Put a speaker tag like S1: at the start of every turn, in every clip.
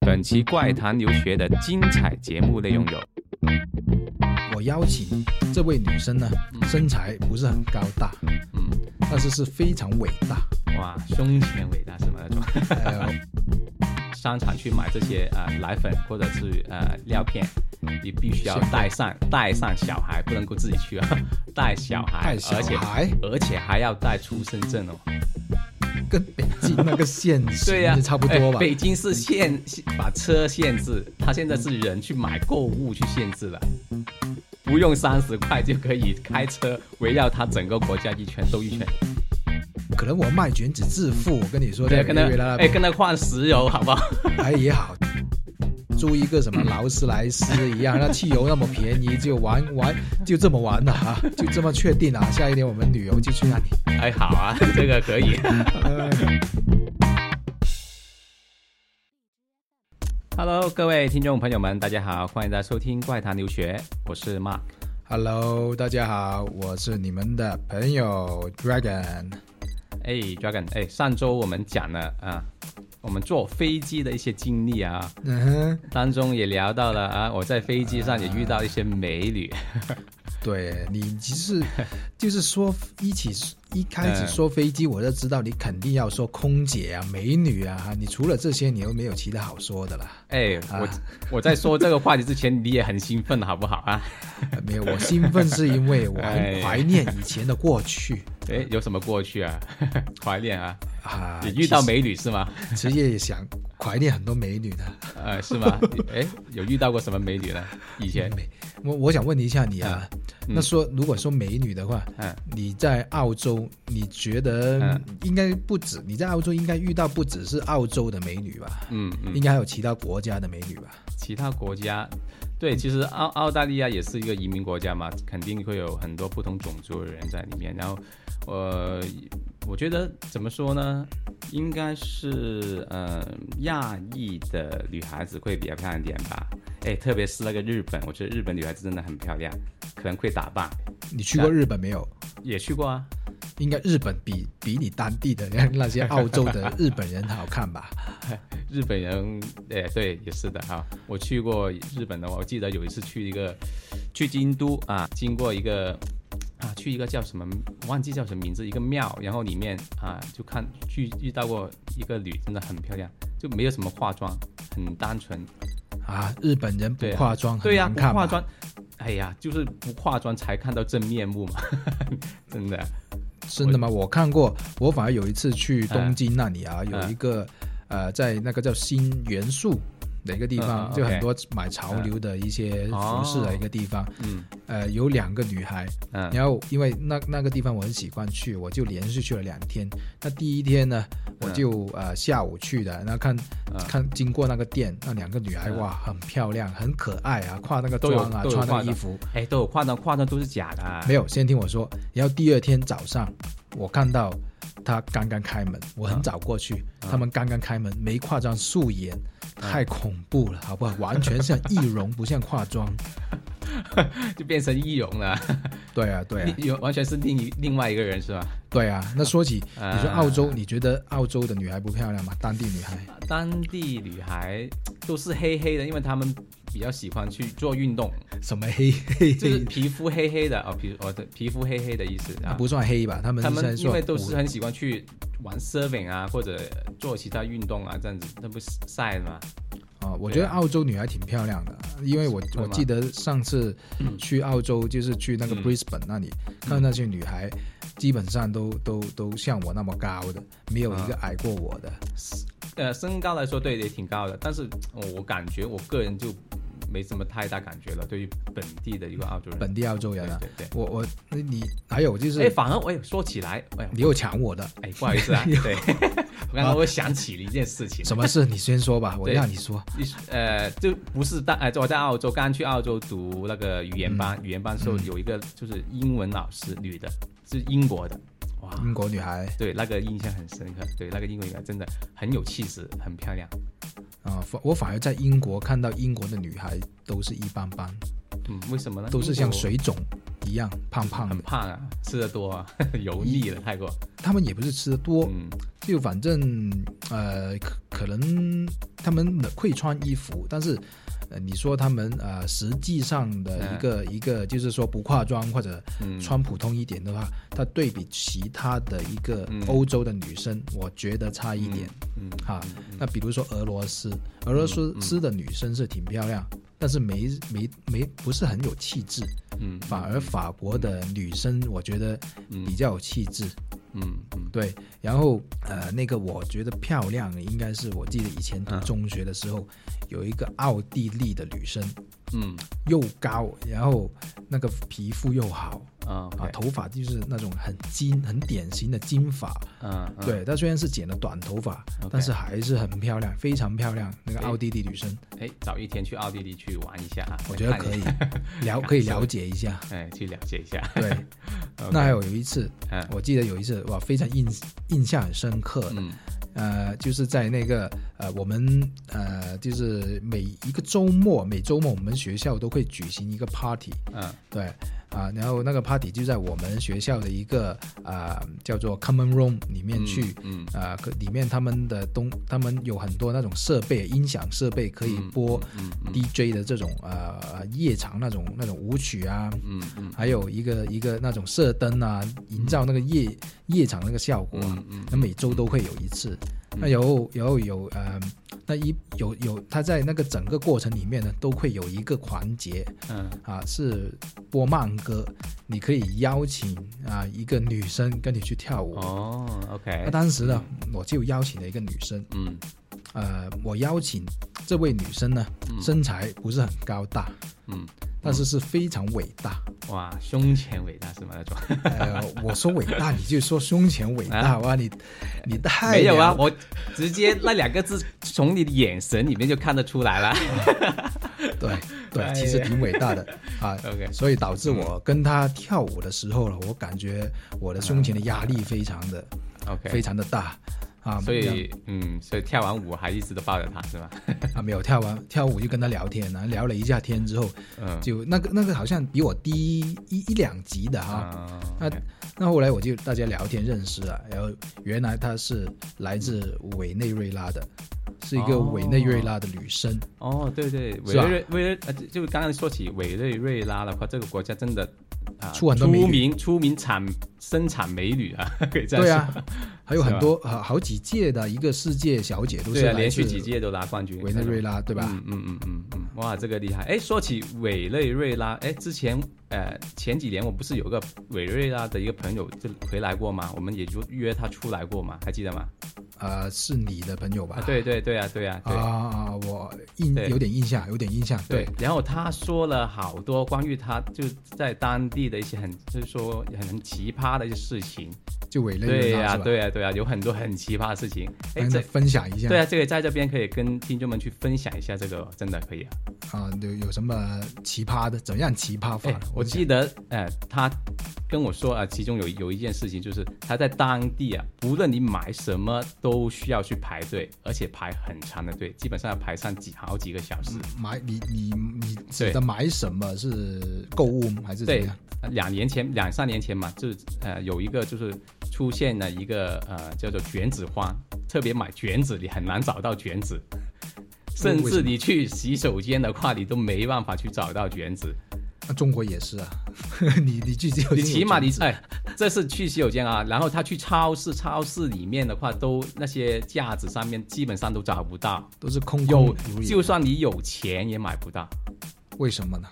S1: 本期《怪谈留学》的精彩节目内容有：
S2: 我邀请这位女生呢，身材不是很高大，
S1: 嗯，
S2: 但是是非常伟大。
S1: 哇，胸前伟大什么那种，
S2: 呃，
S1: 商场去买这些呃奶粉或者是呃尿片，你必须要
S2: 是的
S1: 带上带上小孩，不能够自己去啊， 带小孩，
S2: 带小
S1: 而且
S2: 孩
S1: 而且还要带出生证哦。
S2: 跟北京那个县型
S1: 对呀、
S2: 也差不多吧
S1: 哎？北京是限把车限制，他现在是人去买购物去限制了，不用三十块就可以开车围绕他整个国家一圈兜一圈。
S2: 可能我卖卷子致富，我跟你说，
S1: 对，
S2: 在
S1: 跟
S2: 维
S1: 他
S2: 维拉
S1: 哎跟他换石油好不好？
S2: 哎也好，租一个什么劳斯莱斯一样，那汽油那么便宜，就玩玩就这么玩了啊， 就这么确定了、啊。下一年我们旅游就去那里。
S1: 哎好啊，这个可以。
S2: 呃
S1: Hello，各位听众朋友们，大家好，欢迎大家收听《怪谈留学》，我是 Mark。
S2: Hello，大家好，我是你们的朋友 Dragon。
S1: 哎，Dragon，哎，上周我们讲了啊，我们坐飞机的一些经历啊，
S2: 嗯哼，
S1: 当中也聊到了啊，我在飞机上也遇到一些美女。
S2: 对你 其实就是说一起一开始
S1: 嗯
S2: 说飞机，我就知道你肯定要说空姐啊、美女啊，你除了这些，你又没有其他好说的 啦。
S1: 哎，我、
S2: 啊
S1: 我在说这个话题之前，你也很兴奋，好不好啊？
S2: 呃没有，我兴奋是因为我
S1: 哎
S2: 很怀念以前的过去
S1: 哎，有什么过去啊？ 怀念啊？
S2: 啊，
S1: 也遇到美女是吗？
S2: 其实，其实也想怀念很多美女的。
S1: 呃，是吗？哎，有遇到过什么美女呢？以前，
S2: 美，我我想问你一下你啊，
S1: 嗯
S2: 那说如果说美女的话，
S1: 嗯，
S2: 你在澳洲，你觉得
S1: 嗯
S2: 应该不止你在澳洲应该遇到不只是澳洲的美女吧？
S1: 嗯嗯，
S2: 应该还有其他国家的美女吧？
S1: 其他国家，对，其实澳澳大利亚也是一个移民国家嘛，肯定会有很多不同种族的人在里面。然后，呃，我觉得怎么说呢，应该是呃亚裔的女孩子会比较漂亮一点吧。哎，特别是那个日本，我觉得日本女孩子真的很漂亮，可能会打扮，
S2: 你去过日本没有？
S1: 也去过啊。
S2: 应该日本比比你当地的那那些澳洲的日本人好看吧？
S1: 日本人，哎，对，也是的哈。我去过日本的话，我记得有一次去一个，去京都啊，经过一个啊，去一个叫什么，忘记叫什么名字，一个庙，然后里面啊，就看去遇到过一个女，真的很漂亮，就没有什么化妆，很单纯。
S2: 啊，日本人不
S1: 对啊
S2: 化妆很
S1: 对呀、
S2: 难
S1: 不
S2: 看吧
S1: 化妆，哎呀，就是不化妆才看到真面目嘛， 真的。
S2: 真的吗？我看过，我反而有一次去东京那里
S1: 嗯
S2: 啊，有一个呃，在那个叫新元素的一个地
S1: 嗯
S2: 方，
S1: 嗯
S2: 就
S1: OK
S2: 很多买潮流的一些服饰的一个地方，
S1: 嗯
S2: 呃，有两个女孩，
S1: 嗯
S2: 然后因为那那个地方我很喜欢去，我就连续去了两天。那第一天呢，我就、呃下午去的，那看、
S1: 嗯
S2: 看经过那个店，那两个女孩、
S1: 嗯
S2: 哇，很漂亮，很可爱啊，化那个
S1: 都有
S2: 妆
S1: 嗯
S2: 啊，
S1: 都有
S2: 穿那
S1: 化
S2: 个衣
S1: 的
S2: 服，
S1: 哎，都有化妆，化妆都是假的、啊。
S2: 没有，先听我说。然后第二天早上，我看到他刚刚开门，我很早过
S1: 嗯
S2: 去，他们刚刚开门，没化妆素颜，太恐怖了，好不好？完全像易容，不像化妆。
S1: 嗯就变成易容了，
S2: 对啊，对啊，
S1: 有完全是另一另外一个人是吧？
S2: 对啊。那说起
S1: 啊
S2: 你说澳洲，你觉得澳洲的女孩不漂亮吗？当地女孩？
S1: 啊当地女孩都是黑黑的，因为她们比较喜欢去做运动，
S2: 什么黑黑
S1: 就是
S2: 黑？
S1: 皮肤黑黑的哦，皮哦对，皮肤黑黑的意思啊。
S2: 不算黑吧？他们
S1: 她
S2: 现在
S1: 们因
S2: 说
S1: 为都是很喜欢去玩 surfing 啊，或者做其他运动啊，这样子，那不是晒吗？
S2: 啊，我
S1: 对
S2: 觉得
S1: 啊
S2: 澳洲女孩挺漂亮的，因为我
S1: 会吗
S2: 我记得上次去澳洲就是去那个
S1: 嗯
S2: Brisbane 那里，看到那些女孩，基本上都都都像我那么高的，没有一个矮过我的。
S1: 呃，身高来说对也挺高的，但是、哦我感觉我个人就没什么太大感觉了，对于本地的一个澳洲人。
S2: 本地澳洲人啊
S1: 对，对
S2: 我我那你还有就
S1: 对，哎，
S2: 是
S1: 反而我有说起来，哎呀，
S2: 你又抢我的，
S1: 哎，不好意 思啊，对， 我刚刚我想起了一件事情，
S2: 什么事你先说吧，我
S1: 对
S2: 让你说。
S1: 一呃，就不是大呃，我在澳洲，刚刚去澳洲读那个语言
S2: 嗯
S1: 班，语言班的时候有一个就是英文老师，女的，是英国的，哇，
S2: 英国女孩
S1: 对，那个印象很深刻，对，那个英国女孩真的很有气质，很漂亮，
S2: 啊，反我反而在英国看到英国的女孩都是一般般，
S1: 嗯，为什么呢？
S2: 都是像
S1: 英国
S2: 水肿一样胖胖
S1: 很
S2: 的。
S1: 胖啊，吃的多啊， 油腻了，太过，
S2: 他们也不是吃的多，
S1: 嗯，
S2: 就反正呃，可可能他们会穿衣服，但是呃，你说他们呃实际上的一个、一个就是说不化妆或者
S1: 嗯
S2: 穿普通一点的话，它对比其他的一个
S1: 嗯
S2: 欧洲的女生，我觉得差一点。
S1: 嗯
S2: 哈，那比如说俄罗斯，俄罗斯斯的女生是挺漂亮，但是没没没不是很有气质，
S1: 嗯
S2: 反而法国的女生我觉得比较有气质。
S1: 嗯嗯
S2: 对，然后呃，那个我觉得漂亮应该是我记得以前读
S1: 嗯
S2: 中学的时候，有一个奥地利的女生，
S1: 嗯
S2: 又高，然后那个皮肤又好
S1: 啊
S2: 啊，头发就是那种很金很典型的金发。
S1: 嗯
S2: 对，她虽然是剪了短头发
S1: OK
S2: 但是还是很漂亮，非常漂亮。那个奥地利女生，
S1: 哎，找一天去奥地利去玩一下啊，
S2: 我觉得
S1: 看
S2: 可
S1: 一
S2: 以
S1: 下
S2: 了可以了解一下。
S1: 哎，去了解一下。
S2: 对
S1: OK，
S2: 那还有有一次，
S1: 嗯
S2: 我记得有一次哇，非常印印象很深刻的，
S1: 嗯
S2: 呃，就是在那个呃，我们呃，就是每一个周末，每周末我们学校都会举行一个 party，
S1: 嗯
S2: 对啊、然后那个 party 就在我们学校的一个啊、呃叫做 common room 里面去，
S1: 嗯
S2: 啊，可里面他们的东，他们有很多那种设备，音响设备可以播
S1: 嗯
S2: DJ 的这种呃夜场那种那种舞曲啊，
S1: 嗯嗯
S2: 还有一个一个那种射灯啊，营造那个夜夜场那个效果啊。
S1: 嗯嗯
S2: 那每周都会有一次。
S1: 嗯
S2: 那然后然后有呃，那一有有他在那个整个过程里面呢，都会有一个环节
S1: 嗯
S2: 啊，是播慢歌，你可以邀请啊一个女生跟你去跳舞。
S1: 哦嗯
S2: 那
S1: ，OK，
S2: 当时呢，我就邀请了一个女生，
S1: 嗯
S2: 呃，我邀请这位女生呢，
S1: 嗯
S2: 身材不是很高大，
S1: 嗯，
S2: 但是是非常伟 大。
S1: 哇，胸前伟大是吗？那种
S2: 呃，我说伟大，你就说胸前伟大哇，你你太
S1: 啊没有啊，
S2: 了
S1: 我直接那两个字从你的眼神里面就看得出来了。
S2: 对
S1: 哎
S2: 对，
S1: 呀
S2: 其实挺伟大的 啊。
S1: OK
S2: 所以导致我跟他跳舞的时候呢，我感觉我的胸前的压力非常的
S1: OK，
S2: 非常的大啊。
S1: 所以嗯，所以跳完舞还一直都抱着他是吗？
S2: 啊，没有跳完跳舞就跟他聊天啊，聊了一下天之后，
S1: 嗯，
S2: 就那个那个好像比我低一一两级的哈。
S1: 啊
S2: 那那后来我就大家聊天认识了，然后原来她是来自委内瑞拉的，是一个
S1: 哦
S2: 委内瑞拉的女生。
S1: 哦，对对，委
S2: 是吧
S1: 内瑞委内呃，就就刚刚说起委内瑞拉的话，这个国家真的啊、
S2: 出很多美女
S1: 名出名产生产美女啊， 可以这样
S2: 对
S1: 说。
S2: 啊，还有很多好好几届的一个世界小姐都
S1: 对
S2: 是
S1: 啊，
S2: 来
S1: 连续
S2: 自
S1: 几届都拿冠军，
S2: 委内瑞拉，
S1: 对
S2: 对吧？
S1: 嗯嗯嗯嗯嗯，哇，这个厉害！哎，说起委内瑞拉，哎，之前呃前几年我不是有个委内瑞拉的一个朋友就回来过吗？我们也就约他出来过嘛，还记得吗？
S2: 呃，是你的朋友吧？
S1: 啊，对对对啊，对啊，
S2: 啊
S1: 对。
S2: 啊，我印
S1: 对
S2: 有点印象，有点印象。对
S1: 对，然后他说了好多关于他就在当地的一些很就是说很很奇葩的一些事情，
S2: 就委内
S1: 对
S2: 瑞
S1: 呀、
S2: 拉是吧？
S1: 对呀、对呀、有很多很奇葩的事情。啊哎，
S2: 来
S1: 这
S2: 分享一下。
S1: 对啊，这个在这边可以跟听众们去分享一下，这个真的可以啊。
S2: 啊，有有什么奇葩的？怎样奇葩法
S1: 哎
S2: 呢？，
S1: 我记得，哎、他跟我说啊，其中有有一件事情就是他在当地啊，无论你买什么都需要去排队，而且排很长的队，基本上要排上几好几个小时。
S2: 买你你你指的买什么是购物吗还是怎
S1: 对呃
S2: 样？，
S1: 两年前两三年前嘛，就是呃有一个就是出现了一个呃叫做卷子荒，特别买卷子你很难找到卷 子，甚
S2: 为
S1: 至
S2: 什么
S1: 你去洗手间的话，你都没办法去找到卷子。
S2: 那中国也是啊， 你你具体有
S1: 你起码你
S2: 这种
S1: 哎，这是去洗手间啊，然后他去超市，超市里面的话都那些架子上面基本上都找不到，
S2: 都是空
S1: 有
S2: 空如也
S1: 就算你有钱也买不到。
S2: 为什么呢？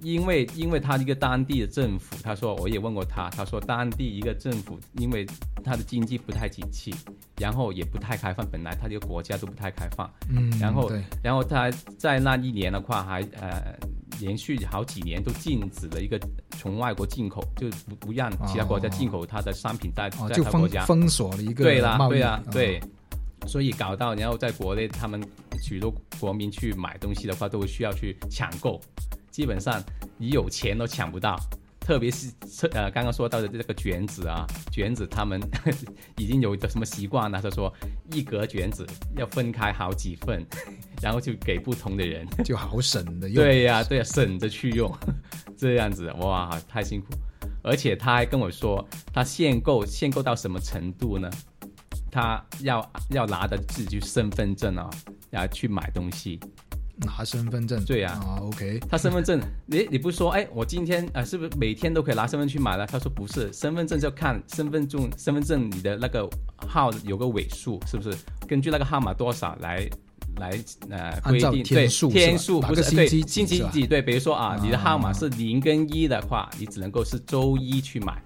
S1: 因为因为他一个当地的政府，他说我也问过他，他说当地一个政府，因为他的经济不太景气，然后也不太开放，本来他这个国家都不太开放，
S2: 嗯，
S1: 然后
S2: 对
S1: 然后他在那一年的话还呃连续好几年都禁止了一个从外国进口，就不不让其他国家进口他的商品在、
S2: 哦，
S1: 在
S2: 就
S1: 他国
S2: 封
S1: 家，
S2: 封锁了一个
S1: 对啦
S2: 贸易
S1: 对啦
S2: 哦
S1: 对。所以搞到，然后在国内，他们许多国民去买东西的话，都需要去抢购，基本上你有钱都抢不到。特别是呃，刚刚说到的这个卷子啊，卷子他们 已经有一个什么习惯呢？他说一格卷子要分开好几份，然后就给不同的人。
S2: 就好省的用。
S1: 对呀、对呀、省着去用， 这样子哇，太辛苦。而且他还跟我说，他限购限购到什么程度呢？他要要拿着自己身份证啊、然后去买东西。
S2: 拿身份证，
S1: 对呀
S2: 啊，OK，
S1: 他身份证，你你不说，哎，我今天啊、呃是不是每天都可以拿身份去买了？他说不是，身份证就看身份证，身份证你的那个号有个尾数，是不是？根据那个号码多少来来呃
S2: 按
S1: 规
S2: 照
S1: 定
S2: 天
S1: 对
S2: 数是
S1: 天
S2: 吧
S1: 数
S2: 哪
S1: 不
S2: 个
S1: 是
S2: 星
S1: 对
S2: 期几
S1: 星期
S2: 是吧
S1: 几对，比如说啊，你的号
S2: 啊
S1: 码是零跟一的话，你只能够是周一去买。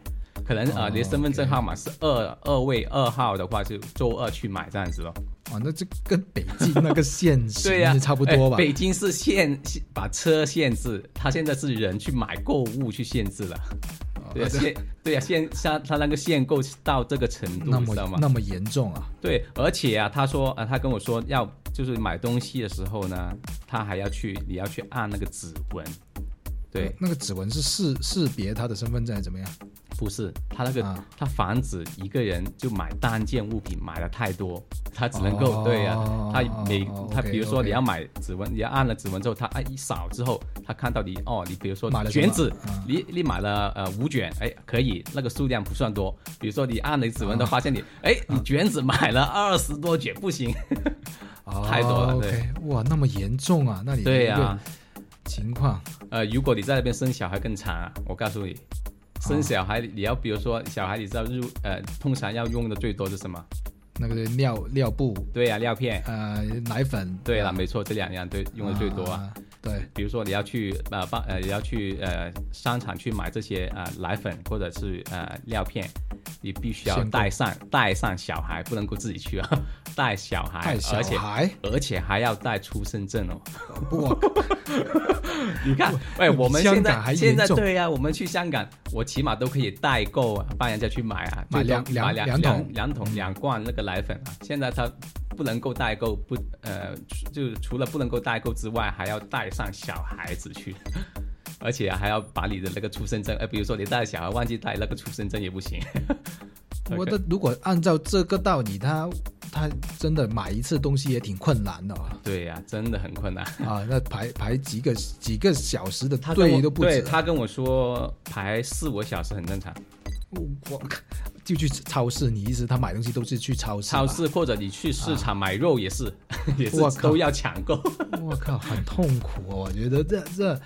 S1: 可能啊、呃，你的身份
S2: 哦
S1: 证号码是二二位二号的话，就周二去买这样子咯。
S2: 哦，那这跟北京那个限 行
S1: 对呀、
S2: 是差不多吧
S1: 哎？北京是限把车限制，他现在是人去买购物去限制了。
S2: 哦
S1: 对呀、限对呀、限他他那个限购到这个程度，
S2: 那
S1: 你知道
S2: 么
S1: 吗？
S2: 那么严重啊？
S1: 对，而且啊，他说啊，他跟我说要就是买东西的时候呢，他还要去你要去按那个指纹。对，，
S2: 那个指纹是识识别他的身份证还是怎么样？
S1: 不是他那个、
S2: 啊
S1: 他防止一个人就买单件物品买的太多，他只能够、
S2: 哦
S1: 对呀、他每、
S2: 哦
S1: 他
S2: OK，
S1: 比如说
S2: OK
S1: 你要买指纹，你要按了指纹之后，他哎一扫之后，他看到你哦，你比如说
S2: 买了什么
S1: 卷子
S2: 啊，
S1: 你你买了呃五卷，哎可以，那个数量不算多。比如说你按了指
S2: 啊
S1: 纹，他发现你哎你卷子买了二十多卷，不行，太多了啊
S2: 哦
S1: 对
S2: OK，哇，那么严重啊？那你
S1: 对呀、
S2: 呀、情况
S1: 呃，如果你在那边生小孩更惨啊！我告诉
S2: 哦
S1: 你，生小孩你要比如说小孩，你知道入呃通常要用的最多是什么？
S2: 那个尿尿布
S1: 对呀、尿片。
S2: 呃奶粉
S1: 对了，没错，这两样对用的最多啊。
S2: 啊对，
S1: 比如说你要去呃帮呃你要去呃商场去买这些呃奶粉或者是呃尿片，你必须要
S2: 限购
S1: 带上带上小孩，不能够自己去啊， 带小孩，
S2: 带小
S1: 哎而且
S2: 孩，
S1: 而且还要带出生证哦。
S2: 哇，
S1: 你看，哎，我们现
S2: 香港还
S1: 在现
S2: 严
S1: 在
S2: 重
S1: 对呀、啊我们去香港，我起码都可以代购啊，帮人家去买啊，
S2: 买
S1: 最多
S2: 两两
S1: 买
S2: 两
S1: 两
S2: 桶嗯
S1: 两桶两罐那个奶粉啊。现在他不能够代购，不呃，除就除了不能够代购之外，还要带上小孩子去， 而且还要把你的那个出生证，哎、比如说你带小孩忘记带那个出生证也不行。
S2: 我的如果按照这个道理，他他真的买一次东西也挺困难 的啊。
S1: 对呀、真的很困难。
S2: 啊，那排排几个几个小时的
S1: 他跟
S2: 队
S1: 我
S2: 都不
S1: 对
S2: 止，
S1: 他跟我说排四五个小时很正常。
S2: 我就去超市，你意思他买东西都是去超市？
S1: 超，市或者你去市场买肉也是， 也是
S2: 我靠
S1: 都要抢 购。
S2: 我靠，很痛苦哦！我觉得这这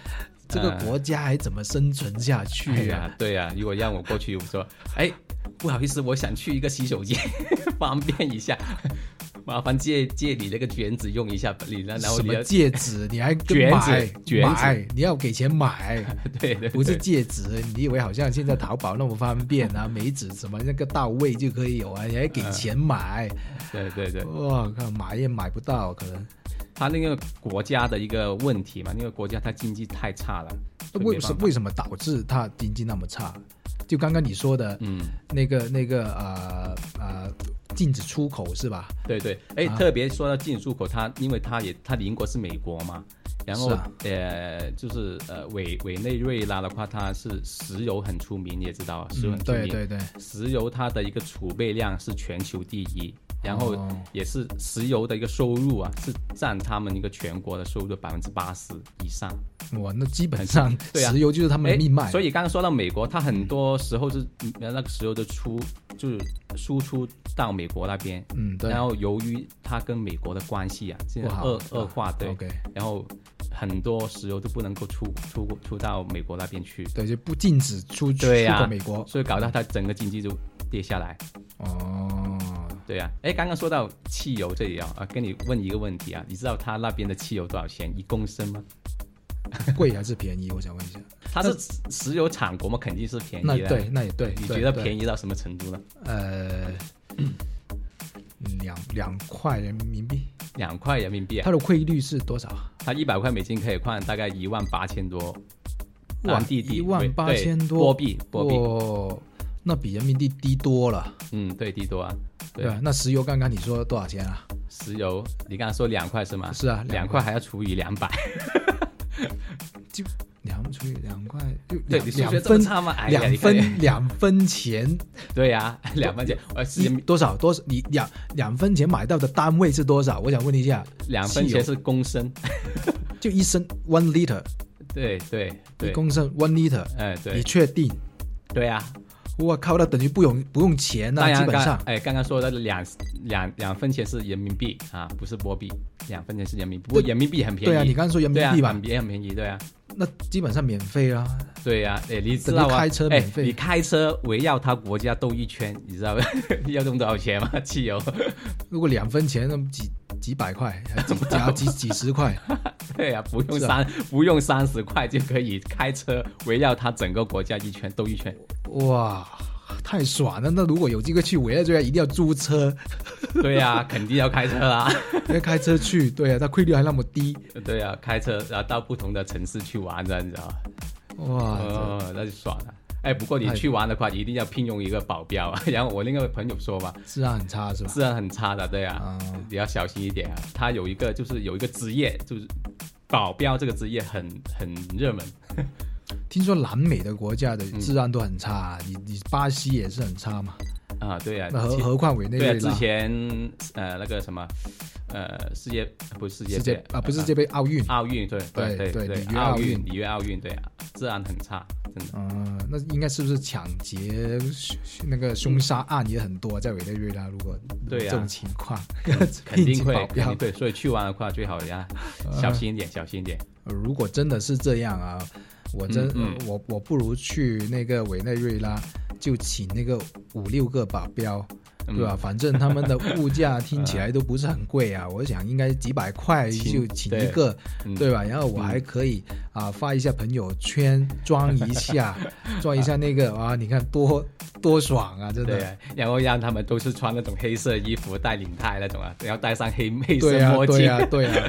S2: 这个
S1: 呃
S2: 国家还怎么生存下
S1: 哎
S2: 去啊？
S1: 呀，对呀、如果让我过去，我说，哎，不好意思，我想去一个洗手间， 方便一下， 麻烦借借你那个卷子用一下，你然后
S2: 什
S1: 你
S2: 么
S1: 要
S2: 戒指？你还跟
S1: 卷子
S2: 买
S1: 卷子
S2: 买？你要给钱买，
S1: 对 对
S2: 不是
S1: 对
S2: 戒指。你以为好像现在淘宝那么方便啊？美指什么那个到位就可以有啊？你还给
S1: 嗯
S2: 钱买？
S1: 对对对，
S2: 我靠，买也买不到，可能
S1: 他那个国家的一个问题嘛，那个国家它经济太差了，所以没
S2: 为什
S1: 办法
S2: 为什么导致它经济那么差？就刚刚你说的，
S1: 嗯，
S2: 那个那个呃呃，禁止出口是吧？
S1: 对对，哎，
S2: 啊
S1: 特别说到进出口，它因为它也它邻国是美国嘛，然后、
S2: 是啊
S1: 呃就是呃委委内瑞拉的话，它是石油很出名，你也知道啊，石油
S2: 嗯
S1: 很，出名，
S2: 对对对，
S1: 石油它的一个储备量是全球第一，然后
S2: 哦
S1: 也是石油的一个收入啊，是占他们一个全国的收入百分之八十以上。
S2: 嗯哇，那基本上
S1: 对啊
S2: 石油就是他们的命脉，
S1: 所以刚刚说到美国，它很多时候是嗯那个石油的出就是输出到美国那边，
S2: 嗯对
S1: 然后由于它跟美国的关系啊，现
S2: 不
S1: 在
S2: 好
S1: 恶恶化，对
S2: OK，
S1: 然后很多石油都不能够出出出到美国那边去，
S2: 对，就不禁止出出
S1: 对呀
S2: 口美国
S1: 所以搞到它整个经济就跌下来。
S2: 哦。
S1: 对啊，哎，刚刚说到汽油这里啊，啊，跟你问一个问题啊，你知道他那边的汽油多少钱一公升吗？
S2: 贵还是便宜？我想问一下。
S1: 它是石油产国嘛，肯定是便
S2: 那
S1: 宜的。
S2: 对，，那也对。
S1: 你觉得
S2: 宜？
S1: 便宜到什么程度呢？
S2: 呃，两两块人民币，
S1: 两块人民币啊，
S2: 它的汇率是多少啊？
S1: 它一百块美金可以换大概一万八千多，
S2: 哇
S1: 当地地
S2: 18,000多
S1: 波币波币，
S2: 哦，那比人民币低多了，
S1: 嗯，对，低多啊，
S2: 对
S1: 对
S2: 吧？那石油刚刚你说多少钱啊？
S1: 石油你刚刚说两块是吗？
S2: 是啊两块
S1: 两块还要除以两 百，
S2: 两除以两块，就
S1: 对
S2: 两
S1: 你数学
S2: 两
S1: 这么
S2: 分
S1: 差吗？哎呀，
S2: 两
S1: 你看
S2: 分两分钱，
S1: 对呀， 两分钱，呃，是人
S2: 你
S1: 民
S2: 多少多少？你两两分钱买到的单位是多少？我想问一下，
S1: 两分
S2: 汽油
S1: 钱是公升，
S2: 就一升 one liter，
S1: 对对
S2: 一
S1: 对，
S2: 公升 one liter，
S1: 哎对
S2: 你，确定？
S1: 对啊，
S2: 我靠，那等于不用不用钱呐、
S1: 当然
S2: 基本
S1: 刚
S2: 上
S1: 哎，刚刚说的两两两分钱是人民币啊，不是波币，两分钱是人民币，不过人民币很便宜。
S2: 对啊，你刚才说人民币
S1: 对啊
S2: 吧，
S1: 很也很便宜，对啊，
S2: 那基本上免费啦。
S1: 对啊，哎，你知道
S2: 等于
S1: 啊？
S2: 开车
S1: 哎
S2: 免费
S1: 你开车围绕他国家兜一圈，你知道 要用多少钱吗？汽油？
S2: 如果两分钱，那么几几百块，还几 加几几十块，
S1: 对啊，不用
S2: 是
S1: 三、不用三十块就可以开车围绕他整个国家一圈兜一圈。
S2: 哇，太爽了！那如果有机会去委内瑞拉，一定要租车，
S1: 对啊，肯定要开车啦。
S2: 要开车去。对啊，它汇率还那么低，
S1: 对啊，开车然后到不同的城市去玩的，你知道吗？
S2: 哇，
S1: 啊哦，那就爽了。哎，不过你
S2: 太
S1: 去玩的话，一定要聘用一个保镖啊。 然后我那个朋友说嘛，
S2: 治安很差是吧？
S1: 治安很差的，对啊
S2: 啊，
S1: 你要小心一点啊。他有一个就是有一个职业，就是保镖这个职业很很热门。
S2: 听说南美的国家的治安都很差啊，你你巴西也是很差嘛，
S1: 啊，对啊，
S2: 那何
S1: 其
S2: 何况委内
S1: 对啊，
S2: 瑞
S1: 之
S2: 拉？
S1: 前呃那个什么呃世界不是世界
S2: 世界
S1: 杯
S2: 啊，不是世界杯，奥运。
S1: 奥运，对
S2: 对
S1: 对
S2: 对里约
S1: 奥
S2: 奥运
S1: 里约奥运对啊，治安很差，真的。
S2: 嗯，那应该是不是抢劫、那个凶杀案也很多，在委内瑞拉？如果
S1: 对啊
S2: 这种情况，
S1: 肯定
S2: 聘请
S1: 会
S2: 保，
S1: 肯定
S2: 镖。
S1: 会，所以去玩的话最好呀，
S2: 啊
S1: 小心一点，小心一点。
S2: 呃如果真的是这样啊，我真、
S1: 嗯
S2: 我我不如去那个委内瑞拉，就请那个五六个保镖。
S1: 嗯
S2: 对吧？反正他们的物价听起来都不是很 贵啊，我想应该几百块就
S1: 请
S2: 请
S1: 对
S2: 一个，
S1: 嗯
S2: 对吧？然后我还可以啊发一下朋友圈，装一 下，装一下那个啊，你看多多爽啊，真
S1: 对
S2: 的。
S1: 啊，然后让他们都是穿那种黑色衣服、戴领带那种啊，然后戴上黑黑色
S2: 对啊，
S1: 墨镜，
S2: 对啊，对啊，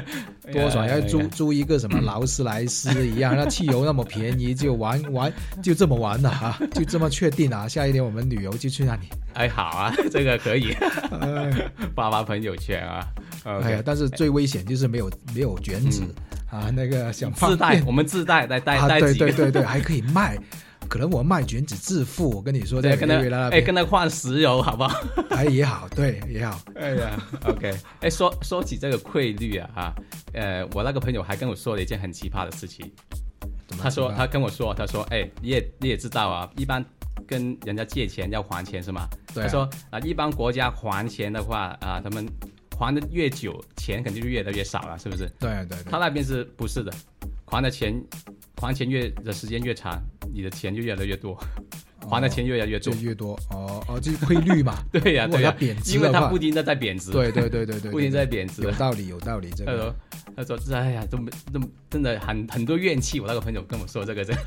S2: 多爽！
S1: 哎呀
S2: 要租
S1: 哎呀
S2: 租一个什么劳斯莱斯一样，那汽油那么便宜，就玩 玩就这么玩了啊，就这么确定啊。下 一年我们旅游就去那 里。
S1: 哎，好啊，这个可以
S2: 哎
S1: 发发朋友圈啊。
S2: 哎呀
S1: OK，，嗯
S2: 但是最危险就是没有没有卷纸啊，那个想放
S1: 自带
S2: 电，
S1: 我们自带，带带
S2: 啊，
S1: 带
S2: 对
S1: 几
S2: 对
S1: 个，
S2: 对对，还可以卖。可能我卖卷纸致富，我跟你说，
S1: 对，
S2: 在委
S1: 跟
S2: 内瑞拉
S1: 他
S2: 那
S1: 哎
S2: 边，
S1: 跟他换石油好不好？
S2: 哎也好，对也好，
S1: 哎呀，OK，哎，说说起这个汇率啊，哈，呃，我那个朋友还跟我说了一件很奇葩的事情。
S2: 怎么
S1: 他说
S2: 奇葩
S1: 他跟我说，他说，哎，你也你也知道啊，一般跟人家借钱要还钱是吗？
S2: 对啊
S1: 他说啊，一般国家还钱的话啊，他们还的越久，钱肯定就越来越少了，是不是？
S2: 对啊对
S1: 他
S2: 对，
S1: 那边是不是的？还的钱，还钱越的时间越长，你的钱就越来越多，还的钱越来越
S2: 就
S1: 重。
S2: 越多哦哦， 就是汇率嘛，
S1: 对呀、
S2: 如果
S1: 对呀、
S2: 要贬值
S1: 因为
S2: 的
S1: 它
S2: 话
S1: 不停的在贬值，
S2: 对对对对对，
S1: 不停地
S2: 对
S1: 在贬值
S2: 有。道理有道理，这
S1: 他
S2: 个
S1: 说，他说，哎呀，都没都真的很很多怨气。我那个朋友跟我说这个， 真的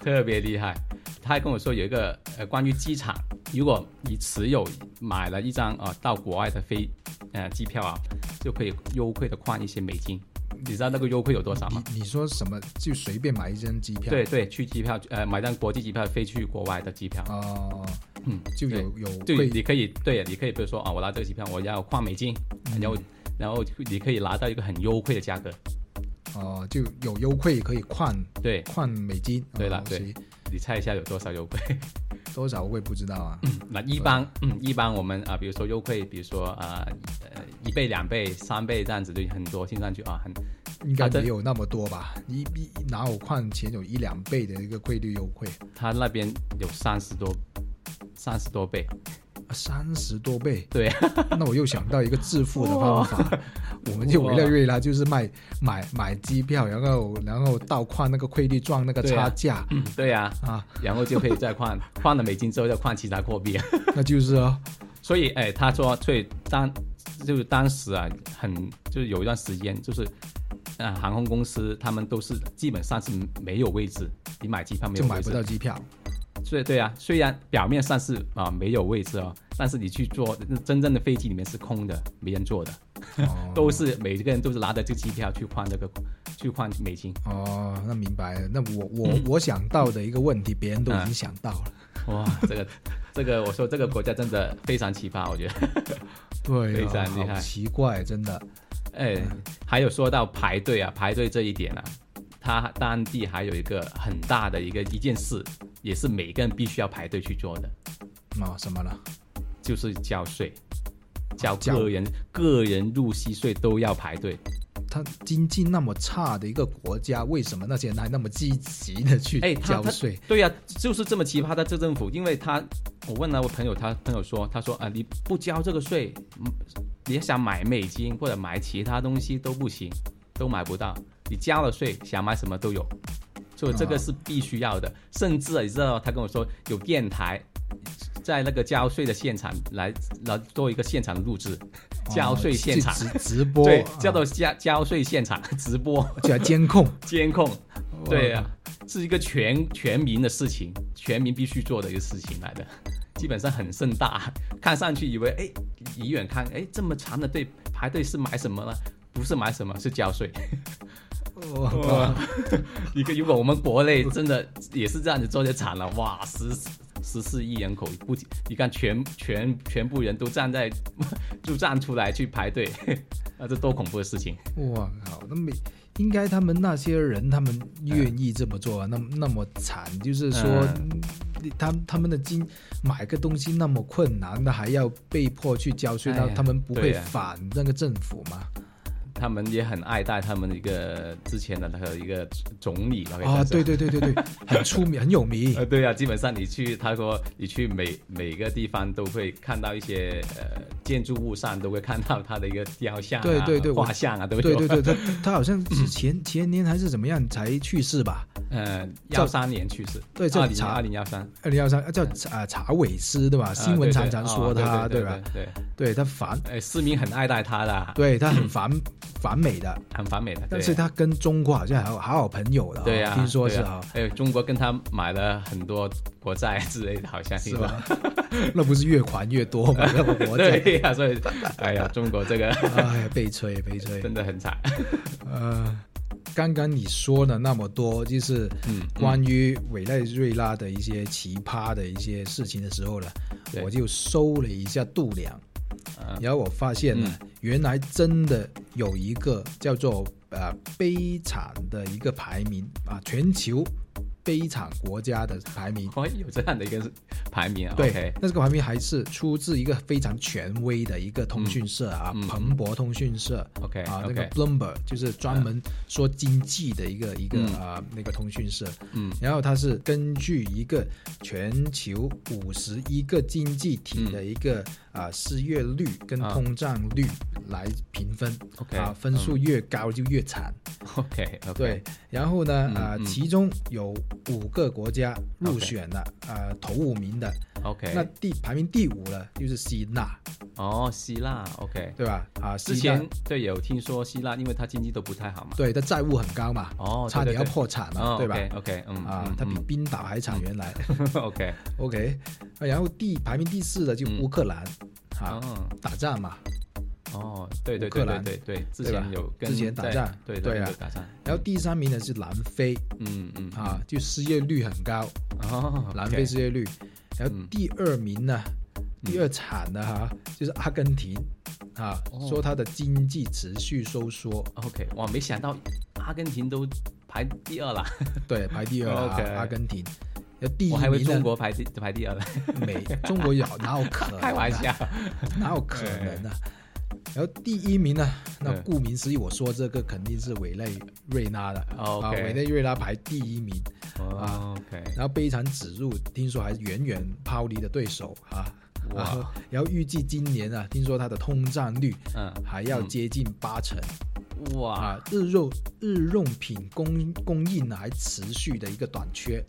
S1: 特别厉害。他还跟我说有一个呃，关于机场，如果你持有买了一张啊、呃到国外的飞呃机票啊，就可以优惠的换一些美金。你知道那个优惠有多少吗？
S2: 你你说什么就随便买一张机票，
S1: 对对，去机票呃买张国际机票飞去国外的机票，
S2: 哦，
S1: 嗯，
S2: 就有有
S1: 对，
S2: 汇
S1: 你可以对，你可以比如说啊，我拿这个机票我要换美金，
S2: 嗯
S1: 然后然后你可以拿到一个很优惠的价格。
S2: 哦，就有优惠可以换
S1: 对，
S2: 换美金，
S1: 对了
S2: 哦
S1: 对
S2: 行
S1: 你猜一下有多少优惠？
S2: 多少我也不知道啊，
S1: 那一般，嗯，一般我们啊、比如说优惠，比如说啊，呃，一倍、两倍、三倍这样子，就很多，听上去啊，很
S2: 应该
S1: 啊对
S2: 没有那么多吧？一一哪有换钱有一两倍的一个汇率优惠？
S1: 他那边有三十多，三十多倍，，
S2: 啊三十多倍
S1: 对，啊
S2: 那我又想到一个致富的方法，我们就
S1: 哇
S2: 委内瑞拉就是卖买买机票，然后然后倒换那个汇率赚那个
S1: 对啊
S2: 差价
S1: 对呀、
S2: 啊，
S1: 然后就可以再换，换了美金之后再换其他货币，啊
S2: 那就是哦，
S1: 所以，哎，他说，所以当就是当时啊，很就是有一段时间，就是呃，航空公司他们都是基本上是没有位置，你买机票没
S2: 就
S1: 有
S2: 买
S1: 位
S2: 不
S1: 置，
S2: 到机票，
S1: 对对啊，虽然表面上是啊、没有位置哦，但是你去坐真正的飞机里面是空的，没人坐的，
S2: 哦
S1: 都是每个人都是拿着这个机票去换这个去换美金。
S2: 哦，那明白了。那我我我想到的一个问题，别人都已经想到了，
S1: 哇，这个 这个我说这个国家真的非常奇葩，我觉 得。
S2: 对
S1: 非常
S2: 啊，
S1: 厉害
S2: 好奇怪，真的。
S1: 哎，还有说到排队啊，排队这一点啊，它当地还有一个很大的一个一件事，也是每个人必须要排队去做的，
S2: 哦，什么了？
S1: 就是交税，交
S2: 哦交
S1: 个人个人入息税都要排队。
S2: 它经济那么差的一个国家，为什么那些人还那么积极的去
S1: 哎，他
S2: 交
S1: 他
S2: 税？
S1: 对呀、就是这么奇葩的这政府，因为他，我问了我朋友，他朋友说，他说啊，你不交这个税，嗯你想买美金或者买其他东西都不行，都买不到，你交了税，想买什么都有，所以这个
S2: 啊
S1: 是必须要的。甚至啊你知道，他跟我说有电台。在那个交税的现场来来做一个现场录制，交税现场，
S2: 哦去直直播，
S1: 对
S2: 啊，
S1: 叫做交交税现场直播
S2: 就要监控。
S1: 监控，对啊呀、是一个全全民的事情，全民必须做的一个事情来的， 基本上很盛大。看上去以为哎，一远看哎这么长的队排队是买什么呢？不是买什么，是交税。
S2: 我
S1: 哦
S2: 靠，
S1: 一个如果我们国内真的也是这样子做就惨了，哇，十十四亿人口不仅，你看全全全部人都站在 就站出来去排队， 啊，这多恐怖的事情！
S2: 我靠，那美应该他们那些人，他们愿意这么做啊？那么那么惨，就是说，你他他们的经买个东西那么困难，那还要被迫去交税，
S1: 哎
S2: 他
S1: 呀
S2: 他们不
S1: 对
S2: 会
S1: 呀
S2: 反那个政府吗？
S1: 他们也很爱戴他们的一个之前的那个一个总理吧，可以
S2: 啊，
S1: 算是
S2: 对对对对 对，很出名，很有 名
S1: 呃，。对啊，基本上你去他说你去每每个地方都会看到一些呃建筑物上都会看到他的一个雕像、啊、
S2: 对对对我
S1: 画像啊，对不
S2: 对
S1: 对
S2: 对， 对，他他好像是前前年还是怎么样才去世吧？
S1: 呃，
S2: 叫
S1: 幺三年去世，
S2: 对这
S1: 二
S2: 很
S1: 零
S2: 长
S1: 二零幺三，
S2: 二零幺三叫啊查韦斯对吧？
S1: 啊
S2: 新闻常常说
S1: 对对
S2: 他
S1: 哦对
S2: 吧？
S1: 对，
S2: 对他反，
S1: 对哎，市民很爱戴他的，
S2: 对他 很反反美的，
S1: 很反美的，
S2: 但是
S1: 对。啊
S2: 他跟中国好像还好好好朋友了，
S1: 对呀、啊，
S2: 听说
S1: 对
S2: 是
S1: 啊
S2: 啊，，
S1: 还有中国跟他买了很多国债之类的，好像
S2: 是
S1: 听说。
S2: 吧？ 那不是越还越多吗？那个国家，
S1: 对呀、所以，哎呀，中国这 个
S2: 哎呀，悲催悲催。
S1: 真的很惨。
S2: 呃，刚刚你说了那么多，就是
S1: 嗯
S2: 关于委内瑞拉的一些奇葩的一些事情的时候呢，
S1: 对
S2: 我就搜了一下度量，
S1: 嗯
S2: 然后我发现呢，原来真的有一个叫做呃悲惨的一个排名啊，全球悲惨国家的排名。
S1: 哦，有这样的一个排名啊。
S2: 对
S1: o k
S2: 那这个排名还是出自一个非常权威的一个通讯社啊，
S1: 嗯嗯
S2: 彭博通讯社。
S1: OK，
S2: 啊，那
S1: OK
S2: 个 Bloomberg 就是专门说经济的一个一个
S1: 嗯
S2: 啊、那个通讯社，
S1: 嗯，
S2: 然后它是根据一个全球五十一个经济体的一个
S1: 嗯
S2: 啊、失业率跟
S1: 啊
S2: 通胀率来评分
S1: OK，嗯
S2: 啊，分数越高就越惨。
S1: OK，, o k
S2: 对，然后呢，
S1: 嗯
S2: 啊，
S1: 嗯
S2: 其中有五个国家入选了，啊，头五名的，
S1: ，OK，
S2: 那第排名第五呢，就是希腊，
S1: 哦，希腊，OK，
S2: 对吧？啊，
S1: 之
S2: 希腊
S1: 前对有听说希腊，因为它经济都不太好嘛，
S2: 对，它债务很高嘛，
S1: 哦，
S2: 差点要
S1: 对
S2: 破产了，
S1: 哦，
S2: 对吧？
S1: ？OK，嗯，
S2: 啊
S1: 嗯，
S2: 它比冰岛还惨，原来。
S1: 嗯 OK，
S2: OK，啊然后第排名第四的就
S1: 嗯
S2: 乌克兰，啊，
S1: 哦，
S2: 打仗嘛。
S1: 哦，对对
S2: 乌克
S1: 对对
S2: 兰
S1: 对对，之
S2: 对吧
S1: 前有跟
S2: 之前打
S1: 在
S2: 仗
S1: 对
S2: 对啊
S1: 有打仗，
S2: 然后第三名呢是南非，
S1: 嗯嗯，
S2: 啊，就失业率很高，
S1: 哦，
S2: 南非失业率。然后
S1: 嗯
S2: 第二名呢，第二惨的哈就是阿根廷，啊，
S1: 哦
S2: 说它的经济持续收缩，
S1: OK，哇，没想到阿根廷都排第二了，
S2: 对，排第二啊
S1: OK，
S2: 阿根廷。然后第一
S1: 我还以为
S2: 名
S1: 中
S2: 呢，
S1: 国排第排第二了，
S2: 美中国有哪有可能啊？
S1: 开玩笑，
S2: 哪有可能呢、啊
S1: 哎
S2: 然后第一名呢？那顾名思义，我说这个肯定是委内瑞拉的
S1: 哦
S2: 啊，
S1: ，OK
S2: 委内瑞拉排第一名，啊
S1: 哦，OK，
S2: 然后悲惨指数听说还远远抛离的对手啊，然后
S1: 哇，
S2: 然后预计今年啊，听说它的通胀率
S1: 嗯，
S2: 还要接近八成、
S1: 哇，
S2: 啊，日用日用品供供应还持续的一个短缺，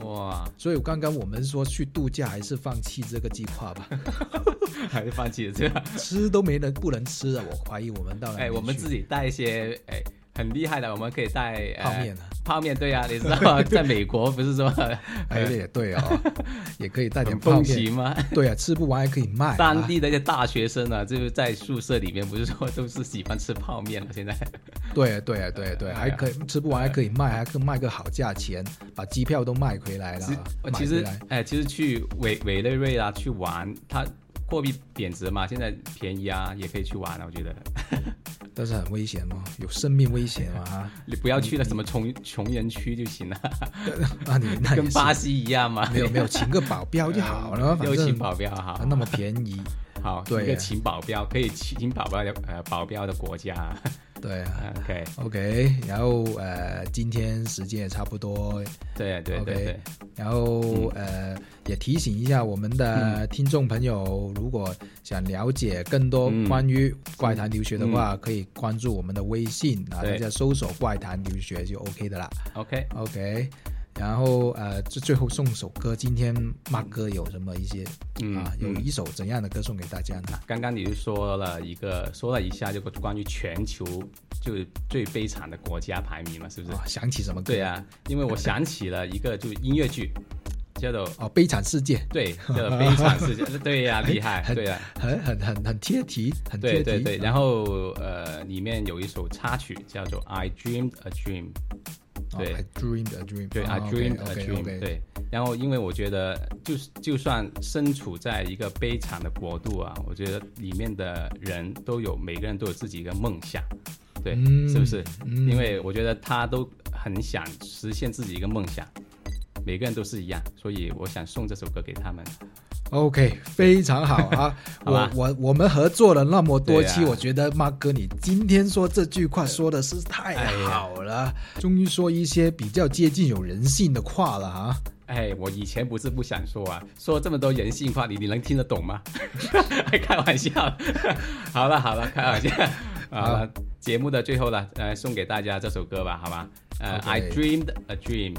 S1: 哇，
S2: 所以刚刚我们说去度假还是放弃这个计划吧，
S1: 还是放弃了这样。
S2: 吃都没人不能吃啊，我怀疑我们到了
S1: 啊哎，我们自己带一些哎很厉害的，我们可以带、呃、
S2: 泡面啊。
S1: 泡面对啊，你知道在美国不 是说
S2: 哎，
S1: 呃
S2: 也 对哦，也可以带点
S1: 很
S2: 泡
S1: 风
S2: 面。
S1: 行吗？
S2: 对啊，吃不完还可以卖、
S1: 当
S2: 啊。
S1: 地的一些大学生啊，就是在宿舍里面，不是说都是喜欢吃泡面了？现在
S2: 对啊对啊对啊对啊，还可以吃不完还可以卖，还可以卖个好价钱，把机票都卖回来了
S1: 其
S2: 啊
S1: 实。呃其
S2: 买回
S1: 实
S2: 来
S1: 哎，其实去委委内瑞拉去玩，它货币贬值嘛，现在便宜啊，也可以去玩啊，我觉得
S2: 但是很危险哦，有生命危险嘛啊！
S1: 你不要去了什么穷穷人区就行了，
S2: 那啊你 那也
S1: 跟
S2: 是
S1: 巴西一样嘛，
S2: 没有没有，请个保镖就好 了，反
S1: 又请
S2: 正
S1: 保镖好。
S2: 那么便宜。
S1: 好，
S2: 对
S1: 一个请保镖可以请保镖的呃保镖的国家，
S2: 对啊。
S1: OK，
S2: OK，然后呃，今天时间也差不多，
S1: 对对对
S2: OK
S1: 对，
S2: 然
S1: 嗯
S2: 后、呃，也提醒一下我们的听众朋友，如果想了解更多
S1: 嗯
S2: 关于怪谈留学的话，可以关注我们的微信啊，
S1: 对
S2: 大家搜索“怪谈留学”就 OK 的啦。
S1: OK，
S2: OK，然后呃，这最后送首歌，今天马哥有什么一些、
S1: 嗯
S2: 啊，有
S1: 嗯
S2: 一首怎样的歌送给大家呢？
S1: 刚刚你就说了一个，说了一下这个关于全球就是最悲惨的国家排名嘛，是不是？
S2: 啊，想起什么歌？
S1: 对，啊，因为我想起了一个就是音乐剧， 叫做
S2: 哦，悲惨世界，
S1: 对叫做《悲惨世 界》，对呀、厉害，对呀、
S2: 哎很很很很贴题，很啊贴
S1: 对
S2: 题。
S1: 对对，然后呃，里面有一首插曲叫做《I Dreamed a Dream》，对
S2: 哦，I dreamed a dream，啊
S1: 对，I dreamed a dream。对，然后因为我觉得，就是就算身处在一个悲惨的国度啊，我觉得里面的人都有，每个人都有自己一个梦想，对，
S2: 嗯
S1: 是不是？
S2: 嗯
S1: 因为我觉得他都很想实现自己一个梦想，每个人都是一样，所以我想送这首歌给他们。
S2: OK，非常好啊！
S1: 好吧
S2: 我我我们合作了那么多期，
S1: 对啊
S2: 我觉得马哥你今天说这句话说的是太好
S1: 哎
S2: 了，终于说一些比较接近有人性的话了啊！
S1: 哎，我以前不是不想说啊，说这么多人性话，你你能听得懂吗？ 开玩笑， 好了好了，开玩笑。好了，节目的最后了，呃，送给大家这首歌吧，好吗？呃
S2: OK 啊
S1: i dreamed a dream，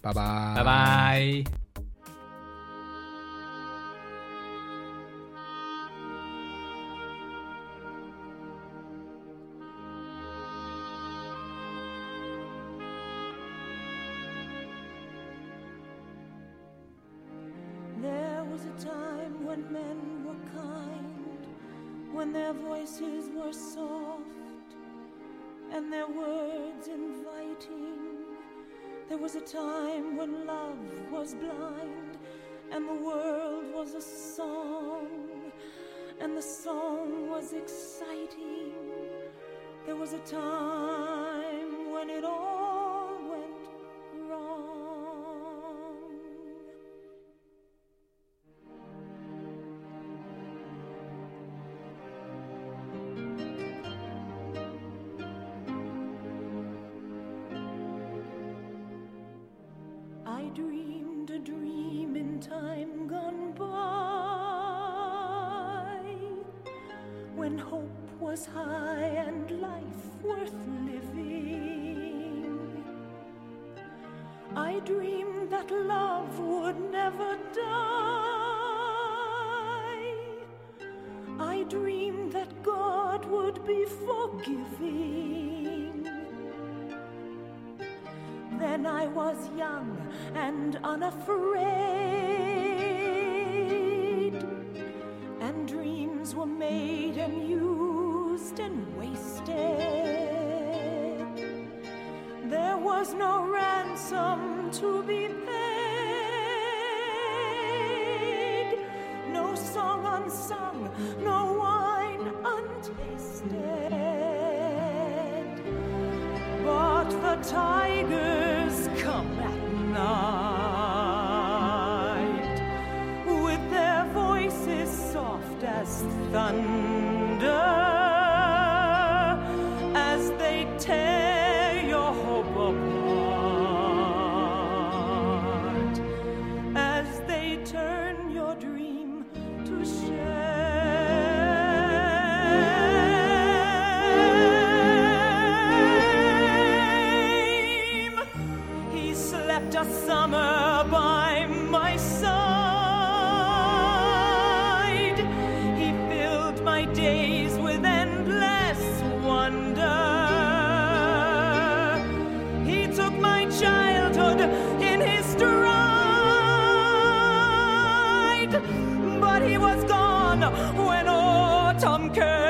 S2: 拜拜，
S1: 拜。拜。
S3: There was a time when men were kind, when their voices were soft and their words inviting. There was a time when love was blind and the world was a song, and the song was exciting. There was a time when it all went wrong. I dreamed a dream in time gone by when hope was high and life worth living. I dreamed that love would never die. I dreamed that God would be forgiving. Then I was young and unafraid. And dreams were made and used and wasted. There was no ransom to be paid. No song unsung, no wine untasted. But the tigers come at night with their voices soft as thunder as they tear your hope apart, as they turn your dream to shame. He slept a summer by my side. He filled my days with endless wonder. He took my childhood in his stride, but he was gone when autumn came.